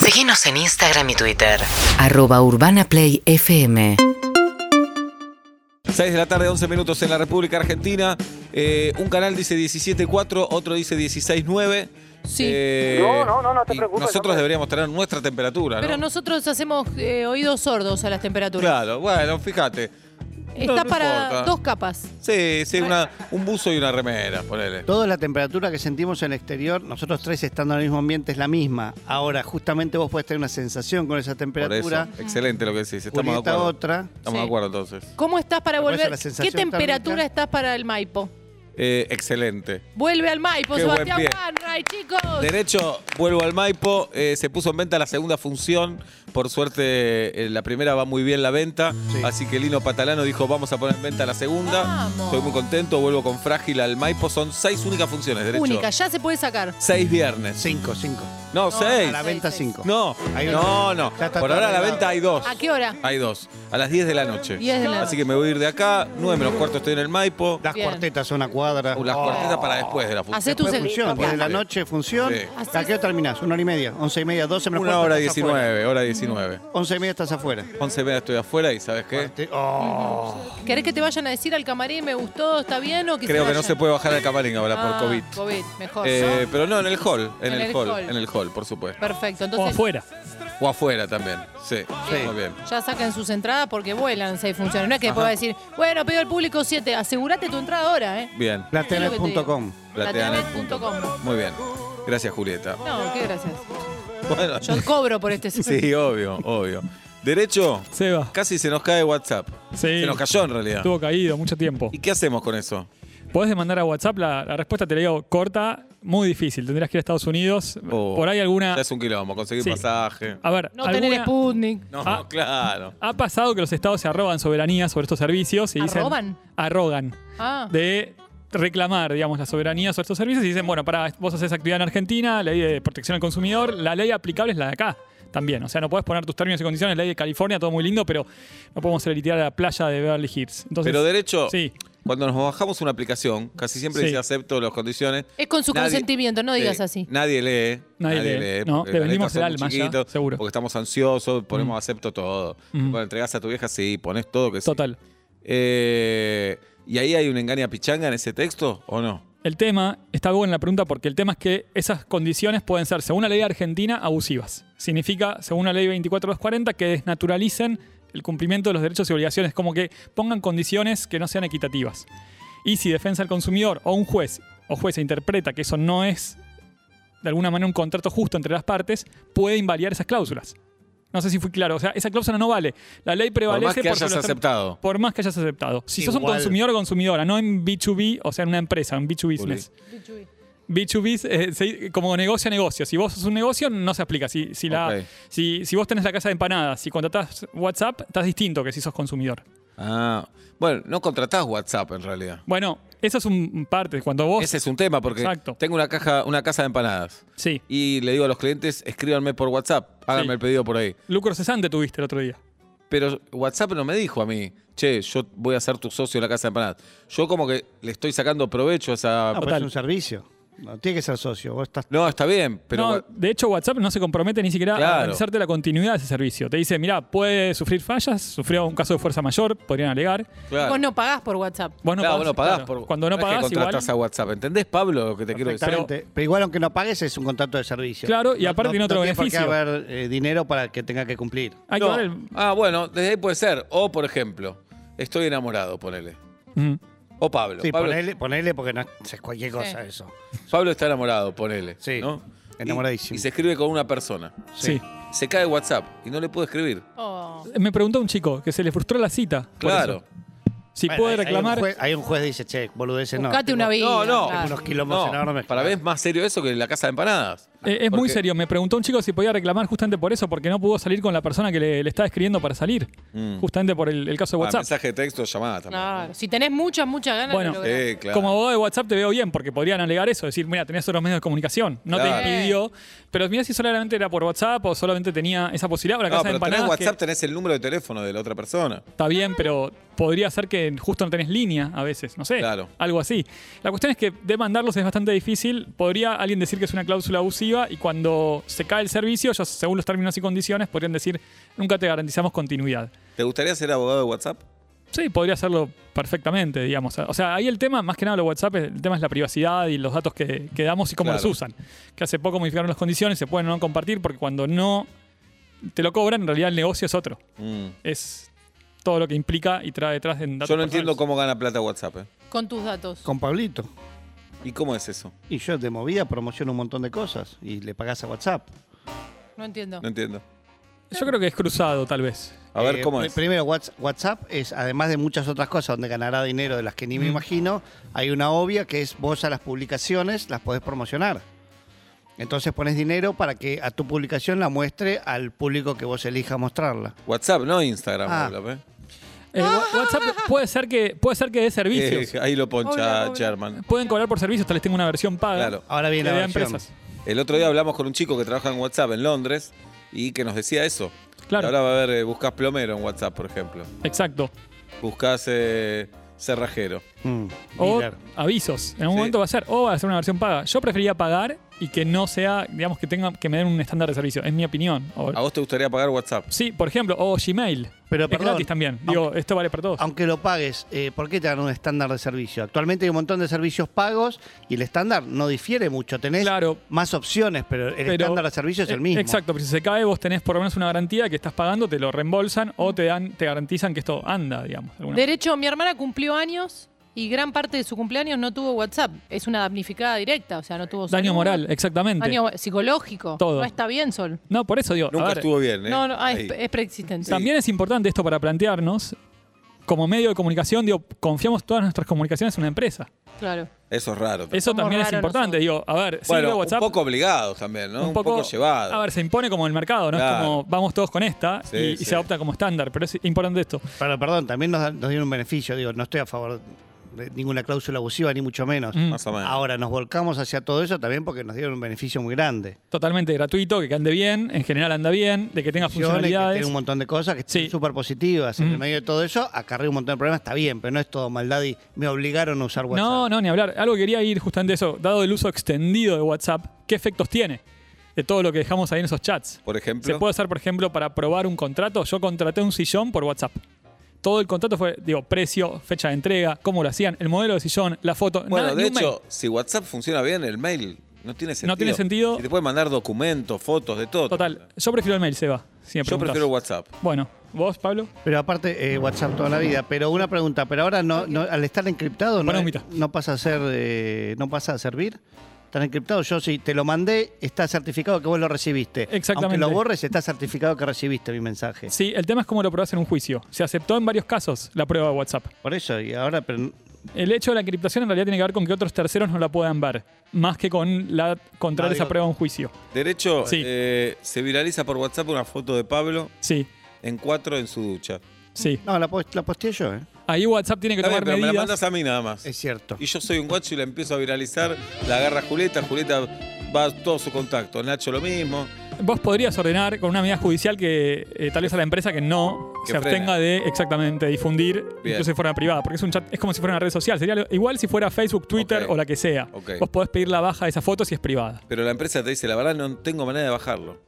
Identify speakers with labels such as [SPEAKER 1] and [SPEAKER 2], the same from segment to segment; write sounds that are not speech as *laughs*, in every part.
[SPEAKER 1] Seguinos en Instagram y Twitter.
[SPEAKER 2] arroba urbanaplayfm
[SPEAKER 3] 6 de la tarde, 11 minutos en la República Argentina. Eh, un canal dice 17.4, otro dice 16.9.
[SPEAKER 4] Sí.
[SPEAKER 3] Eh,
[SPEAKER 5] No, no, no, no te
[SPEAKER 3] y
[SPEAKER 5] preocupes,
[SPEAKER 3] Nosotros
[SPEAKER 5] hombre.
[SPEAKER 3] deberíamos tener nuestra temperatura,
[SPEAKER 4] Pero
[SPEAKER 3] ¿no?
[SPEAKER 4] nosotros hacemos eh, oídos sordos a las temperaturas.
[SPEAKER 3] Claro, bueno, fíjate.
[SPEAKER 4] Está
[SPEAKER 3] No, no
[SPEAKER 4] para
[SPEAKER 3] importa.
[SPEAKER 4] dos capas.
[SPEAKER 3] Sí, sí, una- un buzo y una remera, ponele.
[SPEAKER 6] Toda la temperatura que sentimos en el exterior, nosotros tres estando en el mismo ambiente es la misma. Ahora, justamente vos podés tener una sensación con esa
[SPEAKER 3] Por eso.
[SPEAKER 6] temperatura,
[SPEAKER 3] Excelente lo que decís. Estamos de
[SPEAKER 6] Julieta
[SPEAKER 3] acuerdo.
[SPEAKER 6] otra.
[SPEAKER 3] Estamos de
[SPEAKER 4] Sí.
[SPEAKER 3] acuerdo entonces.
[SPEAKER 4] ¿Cómo estás para
[SPEAKER 6] Me parece
[SPEAKER 4] volver?
[SPEAKER 6] la
[SPEAKER 4] ¿É
[SPEAKER 6] sensación
[SPEAKER 4] temperatura
[SPEAKER 6] térmica.
[SPEAKER 4] estás para el Maipo?
[SPEAKER 3] Eh, excelente.
[SPEAKER 4] Vuelve al Maipo,
[SPEAKER 3] Qué buen
[SPEAKER 4] Sebastián
[SPEAKER 3] pie.
[SPEAKER 4] Wanray, chicos.
[SPEAKER 3] Derecho, vuelvo al Maipo. eh, se puso en venta la segunda función. Por suerte, eh, la primera va muy bien la venta.
[SPEAKER 6] Sí.
[SPEAKER 3] Así que Lino Patalano dijo: Vamos a poner en venta la segunda.
[SPEAKER 4] Vamos.
[SPEAKER 3] Estoy muy contento. Vuelvo con Frágil al Maipo. Son seis únicas funciones, derecho.
[SPEAKER 4] Única, ya se puede sacar.
[SPEAKER 3] Seis viernes.
[SPEAKER 6] Cinco, cinco.
[SPEAKER 3] No, seis.
[SPEAKER 6] A la venta
[SPEAKER 4] seis.
[SPEAKER 6] cinco.
[SPEAKER 3] No,
[SPEAKER 6] Hay
[SPEAKER 3] no,
[SPEAKER 6] dos.
[SPEAKER 3] no.
[SPEAKER 6] Ya está
[SPEAKER 3] Por
[SPEAKER 6] todo
[SPEAKER 3] ahora a la
[SPEAKER 6] arreglado.
[SPEAKER 3] venta hay dos.
[SPEAKER 4] ¿A qué hora?
[SPEAKER 3] Hay dos. A las 10 de la noche.
[SPEAKER 4] 10 de la noche.
[SPEAKER 3] Así que me voy a ir de acá. 9 menos cuarto estoy en el Maipo.
[SPEAKER 6] Las
[SPEAKER 4] Bien.
[SPEAKER 6] cuartetas son una cuadra.
[SPEAKER 3] Las cuartetas para después de la función.
[SPEAKER 4] Hacé tu
[SPEAKER 6] Después
[SPEAKER 4] seg-
[SPEAKER 6] función, desde la noche función.
[SPEAKER 3] Sí.
[SPEAKER 6] ¿A qué hora terminás? Una hora y media, once y media, doce menos
[SPEAKER 3] Una
[SPEAKER 6] cuarto,
[SPEAKER 3] hora
[SPEAKER 6] estás afuera.
[SPEAKER 3] 19, hora 19.
[SPEAKER 6] Once y media estás afuera. Ah,
[SPEAKER 3] 11 y media estoy afuera y ¿sabes qué?
[SPEAKER 6] Te- oh.
[SPEAKER 4] ¿Querés que te vayan a decir al camarín me gustó, está bien o que
[SPEAKER 3] Creo que no
[SPEAKER 4] vayan?
[SPEAKER 3] se puede bajar al camarín ahora
[SPEAKER 4] Ah,
[SPEAKER 3] por COVID.
[SPEAKER 4] COVID, mejor.
[SPEAKER 3] Eh, pero no, en el hall, en, el, hall, en el hall, por supuesto.
[SPEAKER 4] Perfecto,
[SPEAKER 7] O
[SPEAKER 4] entonces
[SPEAKER 7] afuera.
[SPEAKER 3] O afuera también, sí, muy bien.
[SPEAKER 4] ya sacan sus entradas porque vuelan seis funciones. No es que después va a decir, bueno, pido al público siete. Asegúrate tu entrada ahora, ¿eh?
[SPEAKER 3] Bien,
[SPEAKER 6] Plateanet.com.
[SPEAKER 4] Plateanet.com.
[SPEAKER 3] Muy bien, gracias Julieta.
[SPEAKER 4] No, qué gracias.
[SPEAKER 3] Bueno, *laughs*
[SPEAKER 4] Yo cobro por este
[SPEAKER 3] sí, obvio, obvio. Derecho,
[SPEAKER 7] Seba.
[SPEAKER 3] casi se nos cae WhatsApp.
[SPEAKER 7] Sí.
[SPEAKER 3] Se nos cayó en realidad.
[SPEAKER 7] Estuvo caído mucho tiempo.
[SPEAKER 3] ¿Y qué hacemos con eso?
[SPEAKER 7] Podés demandar a WhatsApp, la, la respuesta te la digo corta, muy difícil. Tendrías que ir a Estados Unidos.
[SPEAKER 3] Oh,
[SPEAKER 7] Por ahí alguna.
[SPEAKER 3] Ya es un quilombo, conseguir
[SPEAKER 7] Sí.
[SPEAKER 3] pasaje.
[SPEAKER 7] A ver,
[SPEAKER 4] No tener
[SPEAKER 7] alguna-
[SPEAKER 4] Sputnik.
[SPEAKER 3] No,
[SPEAKER 7] Ah.
[SPEAKER 3] claro.
[SPEAKER 7] Ha pasado que los estados se arrogan soberanía sobre estos servicios y dicen.
[SPEAKER 4] ¿Arrogan?
[SPEAKER 7] Arrogan.
[SPEAKER 4] Ah,
[SPEAKER 7] De reclamar, digamos, la soberanía sobre estos servicios y dicen, bueno, para vos haces actividad en Argentina, ley de protección al consumidor, la ley aplicable es la de acá también. O sea, no podés poner tus términos y condiciones, ley de California, todo muy lindo, pero no podemos litigar a la playa de Beverly Hills. Entonces,
[SPEAKER 3] Pero derecho,
[SPEAKER 7] Sí.
[SPEAKER 3] cuando nos bajamos una aplicación, casi siempre
[SPEAKER 7] Sí.
[SPEAKER 3] dice acepto las condiciones.
[SPEAKER 4] Es con su
[SPEAKER 3] Nadie-
[SPEAKER 4] consentimiento, no digas
[SPEAKER 3] Sí,
[SPEAKER 4] así.
[SPEAKER 3] Nadie lee.
[SPEAKER 7] Nadie lee. No,
[SPEAKER 3] porque
[SPEAKER 7] le
[SPEAKER 3] las letras
[SPEAKER 7] vendimos
[SPEAKER 3] son
[SPEAKER 7] el
[SPEAKER 3] muy
[SPEAKER 7] alma ya,
[SPEAKER 3] chiquitas,
[SPEAKER 7] seguro.
[SPEAKER 3] Porque estamos ansiosos, ponemos
[SPEAKER 7] Mm.
[SPEAKER 3] acepto todo.
[SPEAKER 7] Mm.
[SPEAKER 3] Bueno, entregás a tu vieja, sí, pones todo que sí.
[SPEAKER 7] Total.
[SPEAKER 3] Eh, ¿Y ahí hay un engaña pichanga en ese texto o no?
[SPEAKER 7] El tema, está buena la pregunta porque el tema es que esas condiciones pueden ser, según la ley argentina, abusivas. Significa, según la ley 24240, que desnaturalicen el cumplimiento de los derechos y obligaciones, como que pongan condiciones que no sean equitativas. Y si defensa al consumidor o un juez o jueza interpreta que eso no es de alguna manera un contrato justo entre las partes, puede invalidar esas cláusulas. No sé si fui claro, o sea, esa cláusula no vale. La ley
[SPEAKER 3] Por
[SPEAKER 7] prevalece
[SPEAKER 3] más que hayas
[SPEAKER 7] sobre los términos-
[SPEAKER 3] aceptado.
[SPEAKER 7] por más que hayas aceptado. Si sos un
[SPEAKER 6] Igual.
[SPEAKER 7] consumidor o consumidora, no en B2B, o sea, en una empresa, en B2 Business. B2B, eh, se- como negocio a negocio. Si vos sos un negocio, no se aplica. Si, si, la,
[SPEAKER 3] Ok.
[SPEAKER 7] si, si vos tenés la casa de empanadas, si contratás WhatsApp, estás distinto que si sos consumidor.
[SPEAKER 3] Ah, bueno, no contratás WhatsApp en realidad.
[SPEAKER 7] Bueno, eso es un un parte. Cuando vos.
[SPEAKER 3] Ese es un tema porque
[SPEAKER 7] Exacto.
[SPEAKER 3] tengo una caja, una casa de empanadas
[SPEAKER 7] Sí.
[SPEAKER 3] y le digo a los clientes, escríbanme por WhatsApp, háganme
[SPEAKER 7] Sí.
[SPEAKER 3] el pedido por ahí.
[SPEAKER 7] Lucro cesante tuviste el otro día.
[SPEAKER 3] Pero WhatsApp no me dijo a mí, che, yo voy a ser tu socio de la casa de empanadas. Yo como que le estoy sacando provecho a esa...
[SPEAKER 6] No, pero
[SPEAKER 7] Total.
[SPEAKER 6] es un servicio. No tiene que ser socio. Vos estás.
[SPEAKER 3] No, está bien, pero...
[SPEAKER 7] No, de hecho, WhatsApp no se compromete ni siquiera
[SPEAKER 3] Claro.
[SPEAKER 7] a garantizarte la continuidad de ese servicio. Te dice, mira, puede sufrir fallas, sufrió un caso de fuerza mayor, podrían alegar.
[SPEAKER 3] claro.
[SPEAKER 4] Vos no pagás por WhatsApp.
[SPEAKER 7] Vos no
[SPEAKER 3] Claro,
[SPEAKER 7] pagás,
[SPEAKER 3] vos no pagás
[SPEAKER 7] claro.
[SPEAKER 3] por-
[SPEAKER 7] Cuando no
[SPEAKER 3] es que
[SPEAKER 7] pagás, igual.
[SPEAKER 3] contratás a WhatsApp. ¿Entendés, Pablo, lo que te quiero decir?
[SPEAKER 6] Perfectamente. Pero, igual, aunque no pagues, es un contrato de servicio.
[SPEAKER 7] Claro, y aparte tiene otro
[SPEAKER 6] Tiene
[SPEAKER 7] beneficio.
[SPEAKER 6] por qué haber eh, dinero para que tenga que cumplir.
[SPEAKER 7] Hay que
[SPEAKER 3] No.
[SPEAKER 7] ver el-
[SPEAKER 3] Ah, bueno, desde ahí puede ser. O, por ejemplo, estoy enamorado, ponele.
[SPEAKER 7] Ujú.
[SPEAKER 3] O Pablo.
[SPEAKER 6] Sí,
[SPEAKER 3] Pablo,
[SPEAKER 6] ponele, ponele porque no es cualquier cosa eso.
[SPEAKER 3] Pablo está enamorado, ponele.
[SPEAKER 6] Sí,
[SPEAKER 3] ¿no?
[SPEAKER 6] enamoradísimo.
[SPEAKER 3] Y, y se escribe con una persona.
[SPEAKER 7] Sí.
[SPEAKER 3] Se cae WhatsApp y no le puedo escribir.
[SPEAKER 4] Oh.
[SPEAKER 7] Me preguntó un chico que se le frustró la cita. por
[SPEAKER 3] Claro.
[SPEAKER 7] eso. Si
[SPEAKER 6] Bueno,
[SPEAKER 7] puede
[SPEAKER 6] hay- hay un
[SPEAKER 7] reclamar.
[SPEAKER 6] juez- Hay un juez, que dice, che, boludeces no.
[SPEAKER 4] Buscate
[SPEAKER 6] tengo-
[SPEAKER 4] una vida.
[SPEAKER 3] No, no.
[SPEAKER 4] claro.
[SPEAKER 6] Unos quilombos
[SPEAKER 3] No,
[SPEAKER 6] enormes.
[SPEAKER 3] Para mí es más serio eso que la casa de empanadas.
[SPEAKER 7] Eh, es muy
[SPEAKER 3] Porque-
[SPEAKER 7] serio. Me preguntó un chico si podía reclamar justamente por eso, porque no pudo salir con la persona que le, le estaba escribiendo para salir. Justamente por el, el caso
[SPEAKER 3] Ah,
[SPEAKER 7] de WhatsApp.
[SPEAKER 3] mensaje de texto, llamada también.
[SPEAKER 4] Claro. Si tenés muchas, muchas ganas,
[SPEAKER 7] Bueno.
[SPEAKER 4] lo lográs.
[SPEAKER 3] Sí, claro.
[SPEAKER 7] Como abogado de WhatsApp te veo bien, porque podrían alegar eso, decir, mira, tenés otros medios de comunicación, no
[SPEAKER 3] Claro.
[SPEAKER 7] te impidió. Pero mira si solamente era por WhatsApp o solamente tenía esa posibilidad o la
[SPEAKER 3] No,
[SPEAKER 7] casa de
[SPEAKER 3] pero tenés
[SPEAKER 7] empanadas. que
[SPEAKER 3] WhatsApp, tenés el número de teléfono de la otra persona.
[SPEAKER 7] Está bien, pero podría ser que justo no tenés línea a veces, no sé.
[SPEAKER 3] Claro.
[SPEAKER 7] Algo así. La cuestión es que demandarlos es bastante difícil. Podría alguien decir que es una cláusula abusiva. exclusiva y cuando se cae el servicio, ellos, según los términos y condiciones, podrían decir, nunca te garantizamos continuidad.
[SPEAKER 3] ¿Te gustaría ser abogado de WhatsApp?
[SPEAKER 7] Sí, podría hacerlo perfectamente, digamos. O sea, ahí el tema, más que nada los WhatsApp, el tema es la privacidad y los datos que, que damos y cómo
[SPEAKER 3] Claro.
[SPEAKER 7] los usan. Que hace poco modificaron las condiciones, se pueden o no compartir, porque cuando no te lo cobran, en realidad el negocio es otro.
[SPEAKER 3] Mm.
[SPEAKER 7] Es todo lo que implica y trae detrás en datos.
[SPEAKER 3] Yo no
[SPEAKER 7] personales.
[SPEAKER 3] entiendo cómo gana plata WhatsApp. ¿eh?
[SPEAKER 4] Con tus datos.
[SPEAKER 6] Con Pablito.
[SPEAKER 3] ¿Y cómo es eso?
[SPEAKER 6] Y yo de movida promociono un montón de cosas y le pagás a WhatsApp.
[SPEAKER 4] No entiendo.
[SPEAKER 3] No entiendo.
[SPEAKER 7] Yo creo que es cruzado, tal vez.
[SPEAKER 3] A ver
[SPEAKER 6] Eh,
[SPEAKER 3] cómo
[SPEAKER 6] pri-
[SPEAKER 3] es.
[SPEAKER 6] Primero, Whats- WhatsApp es, además de muchas otras cosas donde ganará dinero de las que ni
[SPEAKER 3] Mm.
[SPEAKER 6] me imagino, hay una obvia que es vos a las publicaciones las podés promocionar. Entonces pones dinero para que a tu publicación la muestre al público que vos elijas mostrarla.
[SPEAKER 3] WhatsApp, no Instagram.
[SPEAKER 6] Ah.
[SPEAKER 3] Olaf, ¿eh?
[SPEAKER 7] Eh, Wha- WhatsApp puede ser que puede ser que dé servicios.
[SPEAKER 3] Eh, ahí lo poncha
[SPEAKER 4] Hola, hola.
[SPEAKER 3] Sherman.
[SPEAKER 7] Pueden cobrar por servicios, tal vez tenga una versión paga.
[SPEAKER 3] Claro.
[SPEAKER 6] Ahora
[SPEAKER 7] que
[SPEAKER 6] viene
[SPEAKER 7] dé
[SPEAKER 6] la
[SPEAKER 7] a
[SPEAKER 6] versión.
[SPEAKER 7] empresas.
[SPEAKER 3] El otro día hablamos con un chico que trabaja en WhatsApp en Londres y que nos decía eso.
[SPEAKER 7] Claro.
[SPEAKER 3] Ahora va a ver, eh, buscas plomero en WhatsApp, por ejemplo.
[SPEAKER 7] Exacto.
[SPEAKER 3] Buscas eh, cerrajero.
[SPEAKER 6] Mm,
[SPEAKER 7] O
[SPEAKER 6] dealer.
[SPEAKER 7] avisos. En un
[SPEAKER 3] Sí.
[SPEAKER 7] momento va a ser, o va a ser una versión paga. Yo preferiría pagar y que no sea, digamos, que tenga que me den un estándar de servicio. Es mi opinión. O-
[SPEAKER 3] ¿A vos te gustaría pagar WhatsApp?
[SPEAKER 7] sí, por ejemplo, o Gmail.
[SPEAKER 6] Pero,
[SPEAKER 7] es
[SPEAKER 6] perdón,
[SPEAKER 7] gratis también. Digo, esto vale para todos.
[SPEAKER 6] Aunque lo pagues, eh, ¿por qué te dan un estándar de servicio? Actualmente hay un montón de servicios pagos y el estándar no difiere mucho. Tenés
[SPEAKER 7] Claro.
[SPEAKER 6] más opciones, pero el
[SPEAKER 7] Pero-
[SPEAKER 6] estándar de servicio es el
[SPEAKER 7] Eh,
[SPEAKER 6] mismo.
[SPEAKER 7] Exacto, pero si se cae, vos tenés por lo menos una garantía que estás pagando, te lo reembolsan o te dan, te garantizan que esto anda, digamos. de alguna
[SPEAKER 4] Derecho, mi hermana cumplió años y gran parte de su cumpleaños no tuvo WhatsApp. Es una damnificada directa, o sea, no tuvo
[SPEAKER 7] Daño
[SPEAKER 4] salud,
[SPEAKER 7] moral, exactamente.
[SPEAKER 4] Daño psicológico.
[SPEAKER 7] Todo.
[SPEAKER 4] No está bien, Sol.
[SPEAKER 7] No, por eso digo. a
[SPEAKER 3] Nunca
[SPEAKER 7] ver,
[SPEAKER 3] estuvo bien, ¿eh?
[SPEAKER 4] No, no, ah,
[SPEAKER 3] Ahí.
[SPEAKER 4] es, es preexistente.
[SPEAKER 7] También es importante esto para plantearnos, como medio de comunicación, digo, confiamos todas nuestras comunicaciones en una empresa.
[SPEAKER 4] Claro.
[SPEAKER 3] Eso es raro.
[SPEAKER 7] Eso
[SPEAKER 4] Somos
[SPEAKER 7] también es
[SPEAKER 4] raros
[SPEAKER 7] importante, digo, a ver, sirve
[SPEAKER 3] bueno,
[SPEAKER 7] WhatsApp.
[SPEAKER 3] un poco obligados también, ¿no? Un poco, llevados.
[SPEAKER 7] A ver, se impone como el mercado, ¿no?
[SPEAKER 3] Claro.
[SPEAKER 7] Es como vamos todos con esta
[SPEAKER 3] Sí,
[SPEAKER 7] y, y
[SPEAKER 3] sí.
[SPEAKER 7] se adopta como estándar, pero es importante esto.
[SPEAKER 6] Pero, perdón, también nos, dan- nos dieron un beneficio. Digo, no estoy a favor de ninguna cláusula abusiva, ni mucho menos.
[SPEAKER 7] Mm.
[SPEAKER 3] Más o menos.
[SPEAKER 6] Ahora, nos volcamos hacia todo eso también porque nos dieron un beneficio muy grande.
[SPEAKER 7] Totalmente gratuito, que ande bien, en general anda bien, de que tenga
[SPEAKER 6] Funcionalidades.
[SPEAKER 7] funcionalidades.
[SPEAKER 6] un montón de cosas que
[SPEAKER 7] Sí.
[SPEAKER 6] son súper positivas. En
[SPEAKER 7] Mm.
[SPEAKER 6] el medio de todo eso, acarrea un montón de problemas, está bien, pero no es todo maldad y me obligaron a usar WhatsApp.
[SPEAKER 7] No, no, ni hablar. Algo que quería ir justamente eso, dado el uso extendido de WhatsApp, ¿qué efectos tiene de todo lo que dejamos ahí en esos chats?
[SPEAKER 3] por ejemplo.
[SPEAKER 7] Se puede usar, por ejemplo, para probar un contrato. Yo contraté un sillón por WhatsApp. Todo el contrato fue, digo, precio, fecha de entrega, cómo lo hacían, el modelo de sillón, la foto.
[SPEAKER 3] Bueno,
[SPEAKER 7] nada,
[SPEAKER 3] de
[SPEAKER 7] ni un
[SPEAKER 3] hecho, si WhatsApp funciona bien, el mail no tiene sentido.
[SPEAKER 7] No tiene sentido.
[SPEAKER 3] Y te puede mandar documentos, fotos, de todo.
[SPEAKER 7] mail. Total, yo prefiero el mail, Seba. Si me
[SPEAKER 3] Yo
[SPEAKER 7] preguntás.
[SPEAKER 3] prefiero WhatsApp.
[SPEAKER 7] Bueno, ¿vos, Pablo?
[SPEAKER 6] Pero aparte, eh, WhatsApp toda la vida. Pero una pregunta, pero ahora no, no- al estar encriptado, no,
[SPEAKER 7] Para un mitad.
[SPEAKER 6] no pasa a ser, eh, no pasa a servir. Está encriptado, yo si te lo mandé, está certificado que vos lo recibiste.
[SPEAKER 7] Exactamente.
[SPEAKER 6] Aunque lo borres, está certificado que recibiste mi mensaje.
[SPEAKER 7] Sí, el tema es cómo lo probás en un juicio. Se aceptó en varios casos la prueba de WhatsApp.
[SPEAKER 6] Por eso, y ahora, pero
[SPEAKER 7] El hecho de la encriptación en realidad tiene que ver con que otros terceros no la puedan ver, más que con la contraer
[SPEAKER 3] Ah,
[SPEAKER 6] No,
[SPEAKER 7] esa
[SPEAKER 6] digo-
[SPEAKER 7] prueba a un juicio.
[SPEAKER 3] Derecho,
[SPEAKER 7] Sí.
[SPEAKER 3] eh, se viraliza por WhatsApp una foto de Pablo
[SPEAKER 7] Sí,
[SPEAKER 3] en cuatro en su ducha.
[SPEAKER 7] sí.
[SPEAKER 6] No, la, post- la posteé yo, ¿eh?
[SPEAKER 7] Ahí WhatsApp tiene que
[SPEAKER 3] Está bien,
[SPEAKER 7] tomar
[SPEAKER 3] pero me la
[SPEAKER 7] medidas.
[SPEAKER 3] mandas a mí nada más.
[SPEAKER 6] Es cierto.
[SPEAKER 3] Y yo soy un guacho y la empiezo a viralizar. La agarra Julieta, Julieta va a todo su contacto. Nacho lo mismo.
[SPEAKER 7] Vos podrías ordenar con una medida judicial que eh, tal vez a la empresa que no
[SPEAKER 3] Que
[SPEAKER 7] se
[SPEAKER 3] frene.
[SPEAKER 7] abstenga de exactamente difundir,
[SPEAKER 3] Bien.
[SPEAKER 7] incluso de forma privada, porque es un chat, es como si fuera una red social. Sería lo- igual si fuera Facebook, Twitter
[SPEAKER 3] Ok.
[SPEAKER 7] o la que sea.
[SPEAKER 3] Ok.
[SPEAKER 7] Vos podés pedir la baja de esa foto si es privada.
[SPEAKER 3] Pero la empresa te dice, la verdad no tengo manera de bajarlo.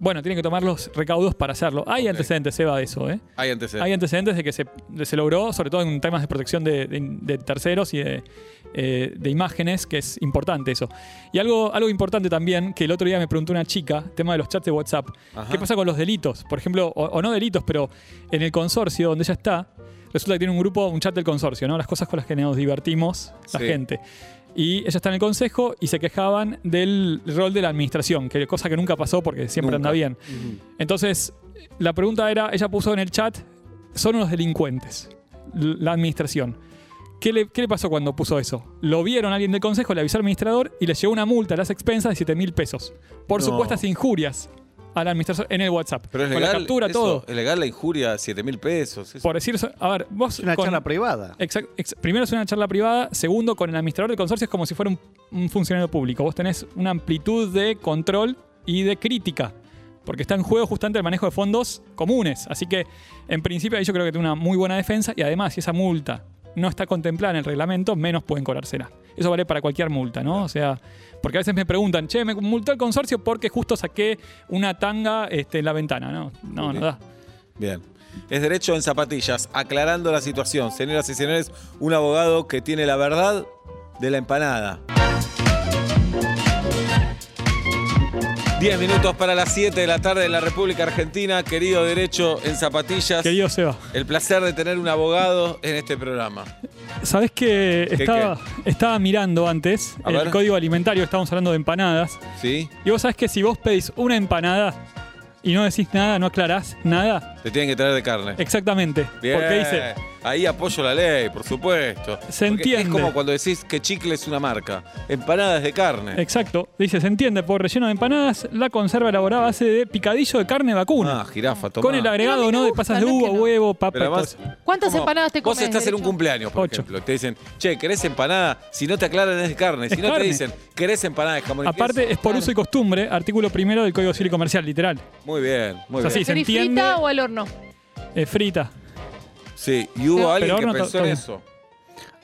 [SPEAKER 7] Bueno, tienen que tomar los recaudos para hacerlo. Hay
[SPEAKER 3] Ok.
[SPEAKER 7] antecedentes, Seba, de eso, ¿eh?
[SPEAKER 3] Hay antecedentes.
[SPEAKER 7] Hay antecedentes de que se, de- se logró, sobre todo en temas de protección de, de- de terceros y de, eh, de imágenes, que es importante eso. Y algo, algo importante también, que el otro día me preguntó una chica, tema de los chats de WhatsApp,
[SPEAKER 3] Ajá.
[SPEAKER 7] ¿qué pasa con los delitos? Por ejemplo, o, o no delitos, pero en el consorcio donde ella está, resulta que tiene un grupo, un chat del consorcio, ¿no? Las cosas con las que nos divertimos la
[SPEAKER 3] Sí.
[SPEAKER 7] gente. Y ella está en el consejo y se quejaban del rol de la administración, que cosa que nunca pasó porque siempre
[SPEAKER 3] Nunca.
[SPEAKER 7] anda bien. Entonces, la pregunta era, ella puso en el chat, son unos delincuentes, l- la administración. ¿Qué le, qué le pasó cuando puso eso? Lo vieron a alguien del consejo, le avisó al administrador y le llegó una multa a las expensas de 7 mil pesos por
[SPEAKER 3] No.
[SPEAKER 7] supuestas injurias a la administración en el WhatsApp.
[SPEAKER 3] Pero es
[SPEAKER 7] con
[SPEAKER 3] legal.
[SPEAKER 7] la captura,
[SPEAKER 3] eso,
[SPEAKER 7] todo.
[SPEAKER 3] Es legal la injuria, 7 mil pesos. eso.
[SPEAKER 7] Por decir, eso- a ver, vos...
[SPEAKER 6] Es una
[SPEAKER 7] con-
[SPEAKER 6] charla privada.
[SPEAKER 7] Exact- ex- primero es una charla privada, segundo con el administrador del consorcio es como si fuera un, un funcionario público. Vos tenés una amplitud de control y de crítica, porque está en juego justamente el manejo de fondos comunes. Así que, en principio, ahí yo creo que tiene una muy buena defensa y además, si esa multa no está contemplada en el reglamento, menos pueden cobrársela. Eso vale para cualquier multa, ¿no? O sea, porque a veces me preguntan, che, me multó el consorcio porque justo saqué una tanga este, en la ventana, ¿no? No, no da.
[SPEAKER 3] Bien. Es derecho en zapatillas, aclarando la situación. Señoras y señores, un abogado que tiene la verdad de la empanada. 10 minutos para las 7 de la tarde en la República Argentina. Querido derecho en zapatillas.
[SPEAKER 7] Querido Seba,
[SPEAKER 3] El placer de tener un abogado en este programa.
[SPEAKER 7] ¿sabés que
[SPEAKER 3] ¿Qué,
[SPEAKER 7] estaba, estaba mirando antes
[SPEAKER 3] A
[SPEAKER 7] el
[SPEAKER 3] ver.
[SPEAKER 7] código alimentario? Estábamos hablando de empanadas.
[SPEAKER 3] ¿Sí?
[SPEAKER 7] Y vos sabés que si vos pedís una empanada y no decís nada, no aclarás nada,
[SPEAKER 3] Te tienen que traer de carne.
[SPEAKER 7] exactamente.
[SPEAKER 3] Bien.
[SPEAKER 7] Porque dice,
[SPEAKER 3] Ahí apoyo la ley, por supuesto.
[SPEAKER 7] Se
[SPEAKER 3] Porque Es
[SPEAKER 7] entiende.
[SPEAKER 3] como cuando decís que chicle es una marca. Empanadas de carne.
[SPEAKER 7] exacto, dice, se entiende por relleno de empanadas la conserva elaborada a base de picadillo de carne vacuna.
[SPEAKER 3] Ah, jirafa, tomá.
[SPEAKER 7] con el agregado,
[SPEAKER 4] Pero a mí me
[SPEAKER 7] ¿no? De
[SPEAKER 4] gusta,
[SPEAKER 7] pasas de
[SPEAKER 4] no es
[SPEAKER 7] uva,
[SPEAKER 4] que no.
[SPEAKER 7] huevo, papa.
[SPEAKER 3] Pero
[SPEAKER 7] y
[SPEAKER 3] además,
[SPEAKER 7] cosas.
[SPEAKER 4] ¿Cuántas
[SPEAKER 3] ¿cómo?
[SPEAKER 4] empanadas te
[SPEAKER 3] Vos
[SPEAKER 4] comes,
[SPEAKER 3] estás en un
[SPEAKER 4] Derecho?
[SPEAKER 3] cumpleaños, por
[SPEAKER 7] Ocho.
[SPEAKER 3] ejemplo. y Te dicen, che, ¿querés empanada? Si no te aclaran es de carne. Si
[SPEAKER 7] Es
[SPEAKER 3] no
[SPEAKER 7] carne.
[SPEAKER 3] te dicen, ¿querés empanada de jamón y
[SPEAKER 7] Aparte,
[SPEAKER 3] queso?".
[SPEAKER 7] es por uso y costumbre, artículo primero del Código Civil y Comercial, literal.
[SPEAKER 3] Muy bien, muy
[SPEAKER 7] O sea,
[SPEAKER 3] bien.
[SPEAKER 7] se
[SPEAKER 4] ¿Frita
[SPEAKER 7] entiende.
[SPEAKER 4] o al horno?
[SPEAKER 7] Es frita.
[SPEAKER 3] Sí, y hubo
[SPEAKER 4] Pero
[SPEAKER 3] alguien que
[SPEAKER 7] ahora no
[SPEAKER 3] pensó
[SPEAKER 7] to-
[SPEAKER 3] en
[SPEAKER 7] to-
[SPEAKER 3] eso.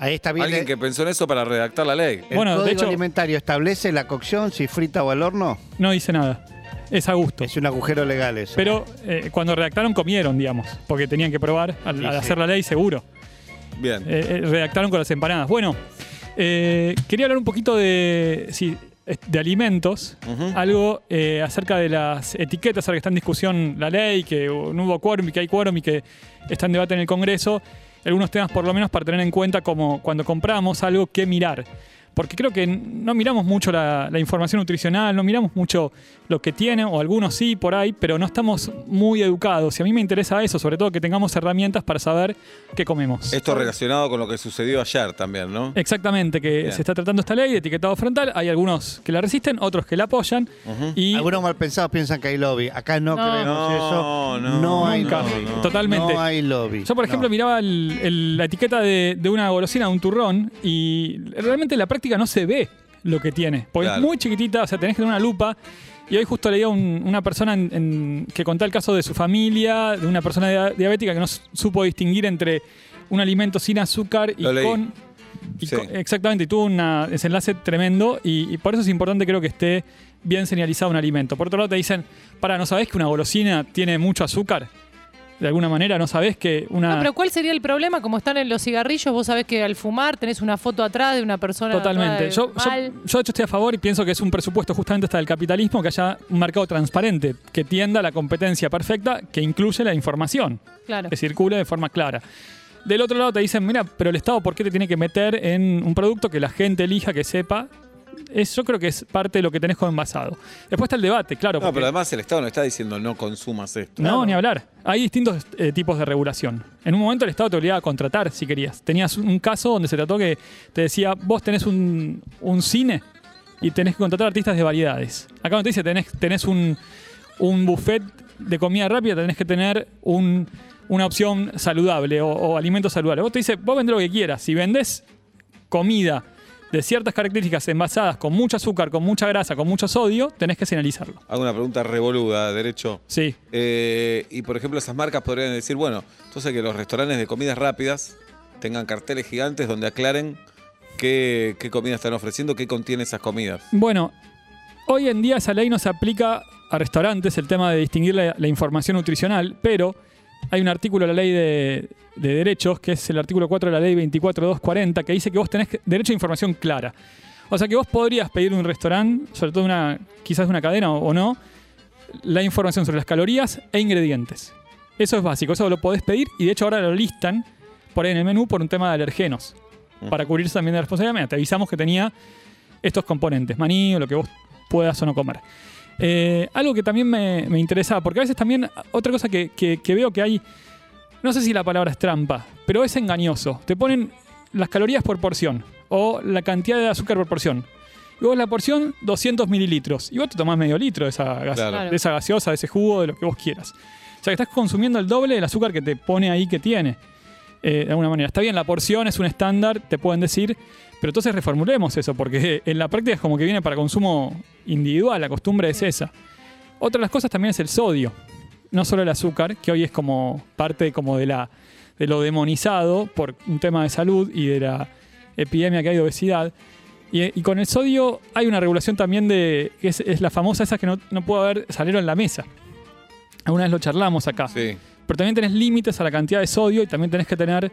[SPEAKER 6] Ahí está bien.
[SPEAKER 3] Alguien
[SPEAKER 6] El,
[SPEAKER 3] que pensó en eso para redactar la ley.
[SPEAKER 6] el
[SPEAKER 7] Bueno, de
[SPEAKER 6] código
[SPEAKER 7] hecho-
[SPEAKER 6] alimentario establece la cocción, si frita o al horno.
[SPEAKER 7] No dice nada. Es a gusto.
[SPEAKER 6] Es un agujero legal eso.
[SPEAKER 7] Pero eh, cuando redactaron comieron, digamos, porque tenían que probar al,
[SPEAKER 6] Sí,
[SPEAKER 7] al
[SPEAKER 6] sí.
[SPEAKER 7] hacer la ley seguro.
[SPEAKER 3] Bien.
[SPEAKER 7] Eh, eh, redactaron con las empanadas. Bueno, eh, quería hablar un poquito de, sí, es- de alimentos,
[SPEAKER 3] Ujú.
[SPEAKER 7] algo eh, acerca de las etiquetas, ahora que está en discusión la ley, que no hubo quórum y que hay quórum y que está en debate en el Congreso, algunos temas por lo menos para tener en cuenta como cuando compramos algo que mirar. Porque creo que n- no miramos mucho la, la información nutricional, no miramos mucho lo que tiene, o algunos sí por ahí, pero no estamos muy educados. Y a mí me interesa eso, sobre todo que tengamos herramientas para saber qué comemos.
[SPEAKER 3] Esto relacionado con lo que sucedió ayer también, ¿no?
[SPEAKER 7] Eh, Exactamente, que
[SPEAKER 3] Bien.
[SPEAKER 7] se está tratando esta ley de etiquetado frontal. Hay algunos que la resisten, otros que la apoyan. Y
[SPEAKER 6] Algunos mal pensados piensan que hay lobby. Acá no,
[SPEAKER 4] No.
[SPEAKER 6] creemos
[SPEAKER 3] No,
[SPEAKER 6] eso.
[SPEAKER 3] no.
[SPEAKER 6] hay
[SPEAKER 7] Nunca.
[SPEAKER 6] lobby.
[SPEAKER 3] No, no.
[SPEAKER 7] Totalmente.
[SPEAKER 6] No hay lobby.
[SPEAKER 7] yo, por ejemplo,
[SPEAKER 6] No.
[SPEAKER 7] miraba el- el- la etiqueta de, de una golosina, de un turrón, y realmente en la práctica no se ve lo que tiene. Porque
[SPEAKER 3] Claro.
[SPEAKER 7] es muy chiquitita, o sea, tenés que tener una lupa. Y hoy justo leía un- una persona en- en- que contaba el caso de su familia, de una persona dia- diabética que no s- supo distinguir entre un alimento sin azúcar y
[SPEAKER 3] Lo leí.
[SPEAKER 7] con Y
[SPEAKER 3] Sí.
[SPEAKER 7] co- exactamente, y tuvo un desenlace tremendo y, y por eso es importante creo que esté bien señalizado un alimento. Por otro lado te dicen, para, ¿no sabés que una golosina tiene mucho azúcar? De alguna manera, ¿no sabés que una...
[SPEAKER 4] No, pero ¿cuál sería el problema? Como están en los cigarrillos, vos sabés que al fumar tenés una foto atrás de una persona.
[SPEAKER 7] Totalmente.
[SPEAKER 4] atrás de-
[SPEAKER 7] Yo, yo,
[SPEAKER 4] mal.
[SPEAKER 7] yo, de hecho estoy a favor y pienso que es un presupuesto justamente hasta del capitalismo que haya un mercado transparente, que tienda a la competencia perfecta, que incluye la información.
[SPEAKER 4] claro.
[SPEAKER 7] que circule de forma clara. Del otro lado te dicen, mira, pero el Estado, ¿por qué te tiene que meter en un producto que la gente elija, que sepa? Es, yo creo que es parte de lo que tenés como envasado. Después está el debate, claro.
[SPEAKER 3] No,
[SPEAKER 7] porque-
[SPEAKER 3] pero además el Estado no está diciendo no consumas esto.
[SPEAKER 7] no, ni hablar. Hay distintos eh, tipos de regulación. En un momento el Estado te obligaba a contratar si querías. Tenías un caso donde se trató que te decía, vos tenés un, un cine y tenés que contratar artistas de variedades. Acá no te dice, tenés, tenés un, un buffet de comida rápida, tenés que tener un- una opción saludable o, o alimento saludable. Vos te dice, vos vendés lo que quieras. Si vendés comida de ciertas características envasadas con mucho azúcar, con mucha grasa, con mucho sodio, tenés que señalizarlo.
[SPEAKER 3] Hago una pregunta revoluda, derecho.
[SPEAKER 7] Sí.
[SPEAKER 3] Eh, y por ejemplo, esas marcas podrían decir, bueno, entonces que los restaurantes de comidas rápidas tengan carteles gigantes donde aclaren qué, qué comida están ofreciendo, qué contiene esas comidas.
[SPEAKER 7] Bueno, hoy en día esa ley no se aplica a restaurantes, el tema de distinguir la, la información nutricional, pero hay un artículo de la ley de, de derechos, que es el artículo 4 de la ley 24240, que dice que vos tenés que- derecho a información clara. O sea que vos podrías pedir un restaurante, sobre todo una, quizás de una cadena o, o no, la información sobre las calorías e ingredientes. Eso es básico, eso lo podés pedir y de hecho ahora lo listan por ahí en el menú por un tema de alergenos. Para cubrirse también de responsabilidad, Mira, te avisamos que tenía estos componentes, maní o lo que vos puedas o no comer. Eh, algo que también me, me interesaba, porque a veces también otra cosa que, que- que veo que hay, no sé si la palabra es trampa, pero es engañoso. Te ponen las calorías por porción o la cantidad de azúcar por porción. Y vos la porción 200 mililitros. Y vos te tomás medio litro de esa, gas-
[SPEAKER 3] Claro.
[SPEAKER 7] de esa gaseosa, de ese jugo, de lo que vos quieras. O sea que estás consumiendo el doble del azúcar que te pone ahí que tiene. eh, de alguna manera. Está bien, la porción es un estándar, te pueden decir, pero entonces reformulemos eso, porque en la práctica es como que viene para consumo individual, la costumbre es esa. Otra de las cosas también es el sodio, no solo el azúcar, que hoy es como parte como de, la, de lo demonizado por un tema de salud y de la epidemia que hay de obesidad. Y, y con el sodio hay una regulación también de. que es, es la famosa esa que no, no puede haber salero en la mesa. Alguna vez lo charlamos acá.
[SPEAKER 3] Sí.
[SPEAKER 7] Pero también tenés límites a la cantidad de sodio y también tenés que tener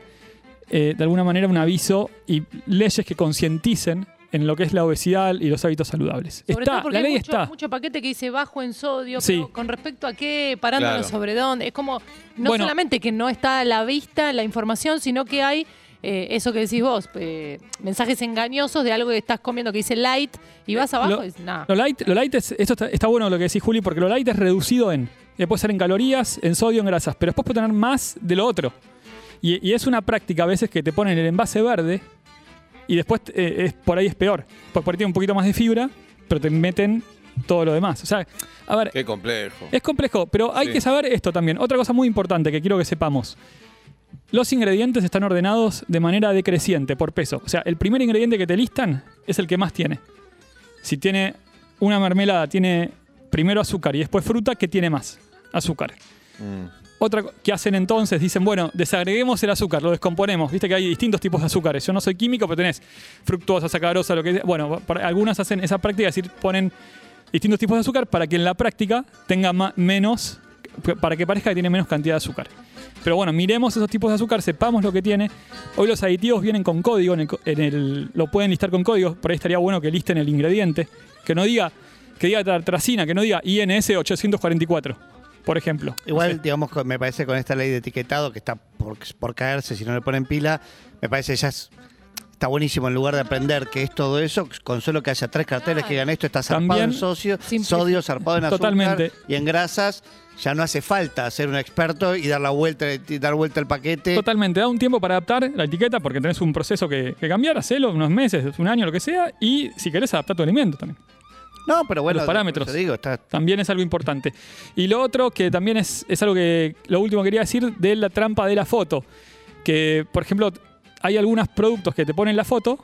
[SPEAKER 7] eh, de alguna manera un aviso y leyes que concienticen en lo que es la obesidad y los hábitos saludables.
[SPEAKER 4] Sobre todo
[SPEAKER 7] está,
[SPEAKER 4] porque
[SPEAKER 7] la
[SPEAKER 4] hay
[SPEAKER 7] ley
[SPEAKER 4] mucho,
[SPEAKER 7] está.
[SPEAKER 4] mucho paquete que dice bajo en sodio,
[SPEAKER 7] Sí.
[SPEAKER 4] pero con respecto a qué, parándonos
[SPEAKER 3] Claro.
[SPEAKER 4] sobre dónde. Es como, no
[SPEAKER 7] Bueno.
[SPEAKER 4] solamente que no está a la vista la información, sino que hay eh, eso que decís vos, eh, mensajes engañosos de algo que estás comiendo que dice light y vas abajo
[SPEAKER 7] Eh, lo-
[SPEAKER 4] y es nada.
[SPEAKER 7] Lo light, lo light es, esto está, está bueno lo que decís, Juli, porque lo light es reducido en. eh, Puede ser en calorías, en sodio, en grasas, pero después puede tener más de lo otro. Y, y es una práctica a veces que te ponen el envase verde y después eh, es, por ahí es peor. Porque por ahí tiene un poquito más de fibra, pero te meten todo lo demás. O sea, a ver,
[SPEAKER 3] Qué complejo.
[SPEAKER 7] es complejo, pero hay
[SPEAKER 3] Sí.
[SPEAKER 7] que saber esto también. Otra cosa muy importante que quiero que sepamos. Los ingredientes están ordenados de manera decreciente, por peso. O sea, el primer ingrediente que te listan es el que más tiene. Si tiene una mermelada, tiene primero azúcar y después fruta, ¿qué tiene más? Azúcar.
[SPEAKER 3] Mm.
[SPEAKER 7] Otra co- que hacen entonces, dicen, bueno, desagreguemos el azúcar, lo descomponemos. Viste que hay distintos tipos de azúcares. Yo no soy químico, pero tenés fructosa, sacarosa, lo que sea. Bueno, por- algunas hacen esa práctica, es decir, ponen distintos tipos de azúcar para que en la práctica tenga ma- menos, para que parezca que tiene menos cantidad de azúcar. Pero bueno, miremos esos tipos de azúcar, sepamos lo que tiene. Hoy los aditivos vienen con código, en el co- en el- lo pueden listar con código, por ahí estaría bueno que listen el ingrediente, que no diga, que diga tartracina, que no diga INS 844, por ejemplo.
[SPEAKER 6] Igual,
[SPEAKER 7] No sé.
[SPEAKER 6] digamos, con- me parece con esta ley de etiquetado que está por, por caerse si no le ponen pila, me parece ya es- está buenísimo en lugar de aprender qué es todo eso, con solo que haya tres carteles que digan esto, está zarpado
[SPEAKER 7] También-
[SPEAKER 6] en socio,
[SPEAKER 4] Simple-
[SPEAKER 6] sodio, zarpado en azúcar
[SPEAKER 7] Totalmente.
[SPEAKER 6] y en grasas, ya no hace falta ser un experto y dar la vuelta y dar vuelta al paquete.
[SPEAKER 7] Totalmente, da un tiempo para adaptar la etiqueta porque tenés un proceso que, que cambiar, hacelo unos meses, un año, lo que sea, y si querés adaptar tu alimento también.
[SPEAKER 6] No, pero bueno,
[SPEAKER 7] Los parámetros.
[SPEAKER 6] por eso digo, está
[SPEAKER 7] También es algo importante. Y lo otro que también es, es algo que lo último que quería decir de la trampa de la foto. Que, por ejemplo, hay algunos productos que te ponen la foto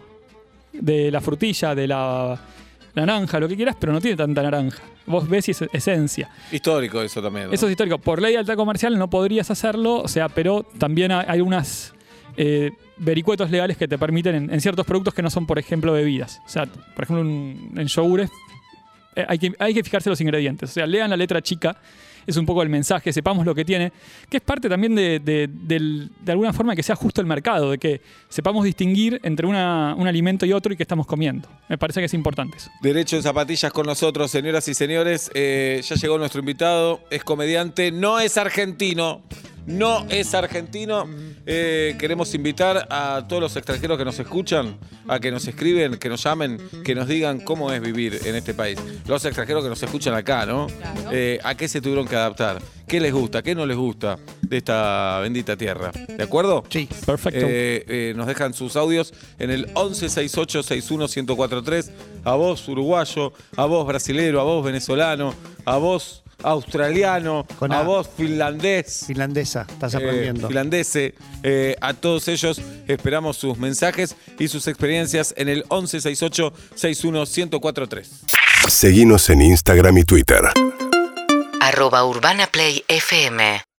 [SPEAKER 7] de la frutilla, de la naranja, lo que quieras, pero no tiene tanta naranja. Vos ves y es esencia.
[SPEAKER 3] Histórico eso también. ¿no?
[SPEAKER 7] Eso es histórico. Por ley de alta comercial no podrías hacerlo, o sea, pero también hay algunas eh, vericuetos legales que te permiten en, en ciertos productos que no son, por ejemplo, bebidas. O sea, por ejemplo, un- en yogures eh, hay, que, hay que fijarse los ingredientes. O sea, lean la letra chica, es un poco el mensaje, sepamos lo que tiene, que es parte también de, de- del- de alguna forma que sea justo el mercado, de que sepamos distinguir entre una- un alimento y otro y qué estamos comiendo. Me parece que es importante eso.
[SPEAKER 3] Derecho en zapatillas con nosotros, señoras y señores. Eh, ya llegó nuestro invitado, es comediante, no es argentino. No es argentino. Eh, queremos invitar a todos los extranjeros que nos escuchan, a que nos escriben, que nos llamen, que nos digan cómo es vivir en este país. Los extranjeros que nos escuchan acá, ¿no?
[SPEAKER 4] Claro.
[SPEAKER 3] Eh, ¿A qué se tuvieron que adaptar? ¿Qué les gusta? ¿Qué no les gusta de esta bendita tierra? ¿De acuerdo?
[SPEAKER 6] Sí.
[SPEAKER 7] Perfecto.
[SPEAKER 3] Eh, eh, nos dejan sus audios en el 1168-61-1043. A vos, uruguayo, a vos, brasilero, a vos, venezolano, a vos, australiano,
[SPEAKER 6] Con
[SPEAKER 3] a,
[SPEAKER 6] A.
[SPEAKER 3] vos, finlandés.
[SPEAKER 6] finlandesa, estás
[SPEAKER 3] eh,
[SPEAKER 6] aprendiendo.
[SPEAKER 3] finlandese. Eh, a todos ellos esperamos sus mensajes y sus experiencias en el 1168-61-1043.
[SPEAKER 5] Seguinos en Instagram y Twitter.
[SPEAKER 2] Arroba Urbana Play FM